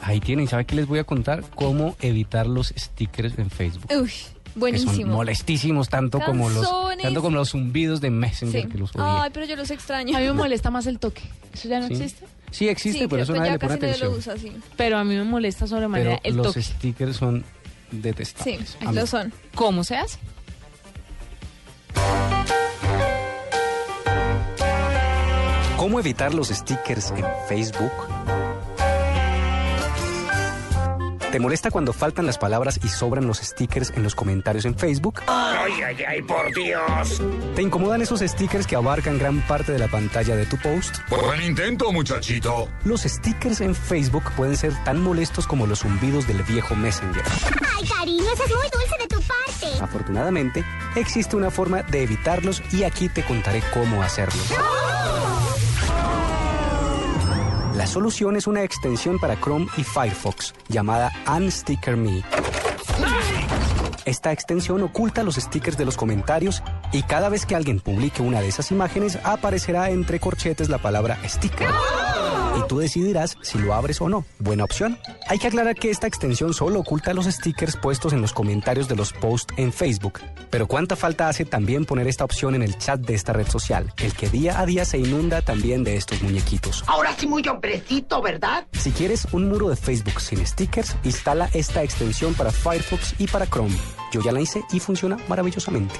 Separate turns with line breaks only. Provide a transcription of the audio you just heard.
ahí tienen. ¿Sabe qué les voy a contar? Cómo evitar los stickers en Facebook.
Uy,
Que son
buenísimo.
molestísimos tanto como los
Canzones.
tanto como los zumbidos de Messenger
Sí.
que los odié.
Ay, pero yo los extraño.
A mí me molesta más el toque. Eso ya no
Sí.
existe.
Sí existe,
Sí,
pero eso
creo que
nadie
ya
le pone
casi nadie
atención.
lo usa, sí.
Pero a mí me molesta
pero
sobremanera el
los
toque.
stickers son
Sí,
detestables. A mí.
lo son.
¿Cómo se hace?
¿Cómo evitar los stickers en Facebook? ¿Te molesta cuando faltan las palabras y sobran los stickers en los comentarios en Facebook?
¡Ay, ay, ay, por Dios!
¿Te incomodan esos stickers que abarcan gran parte de la pantalla de tu post?
Buen intento, muchachito.
Los stickers en Facebook pueden ser tan molestos como los zumbidos del viejo Messenger.
Ay, cariño, eso es muy dulce de tu parte.
Afortunadamente, existe una forma de evitarlos y aquí te contaré cómo hacerlo. La solución es una extensión para Chrome y Firefox llamada Unsticker Me. Esta extensión oculta los stickers de los comentarios y cada vez que alguien publique una de esas imágenes aparecerá entre corchetes la palabra sticker. Y tú decidirás si lo abres o no. Buena opción. Hay que aclarar que esta extensión solo oculta los stickers puestos en los comentarios de los posts en Facebook. Pero cuánta falta hace también poner esta opción en el chat de esta red social, el que día a día se inunda también de estos muñequitos.
Ahora sí muy hombrecito, ¿verdad?
Si quieres un muro de Facebook sin stickers, instala esta extensión para Firefox y para Chrome. Yo ya la hice y funciona maravillosamente.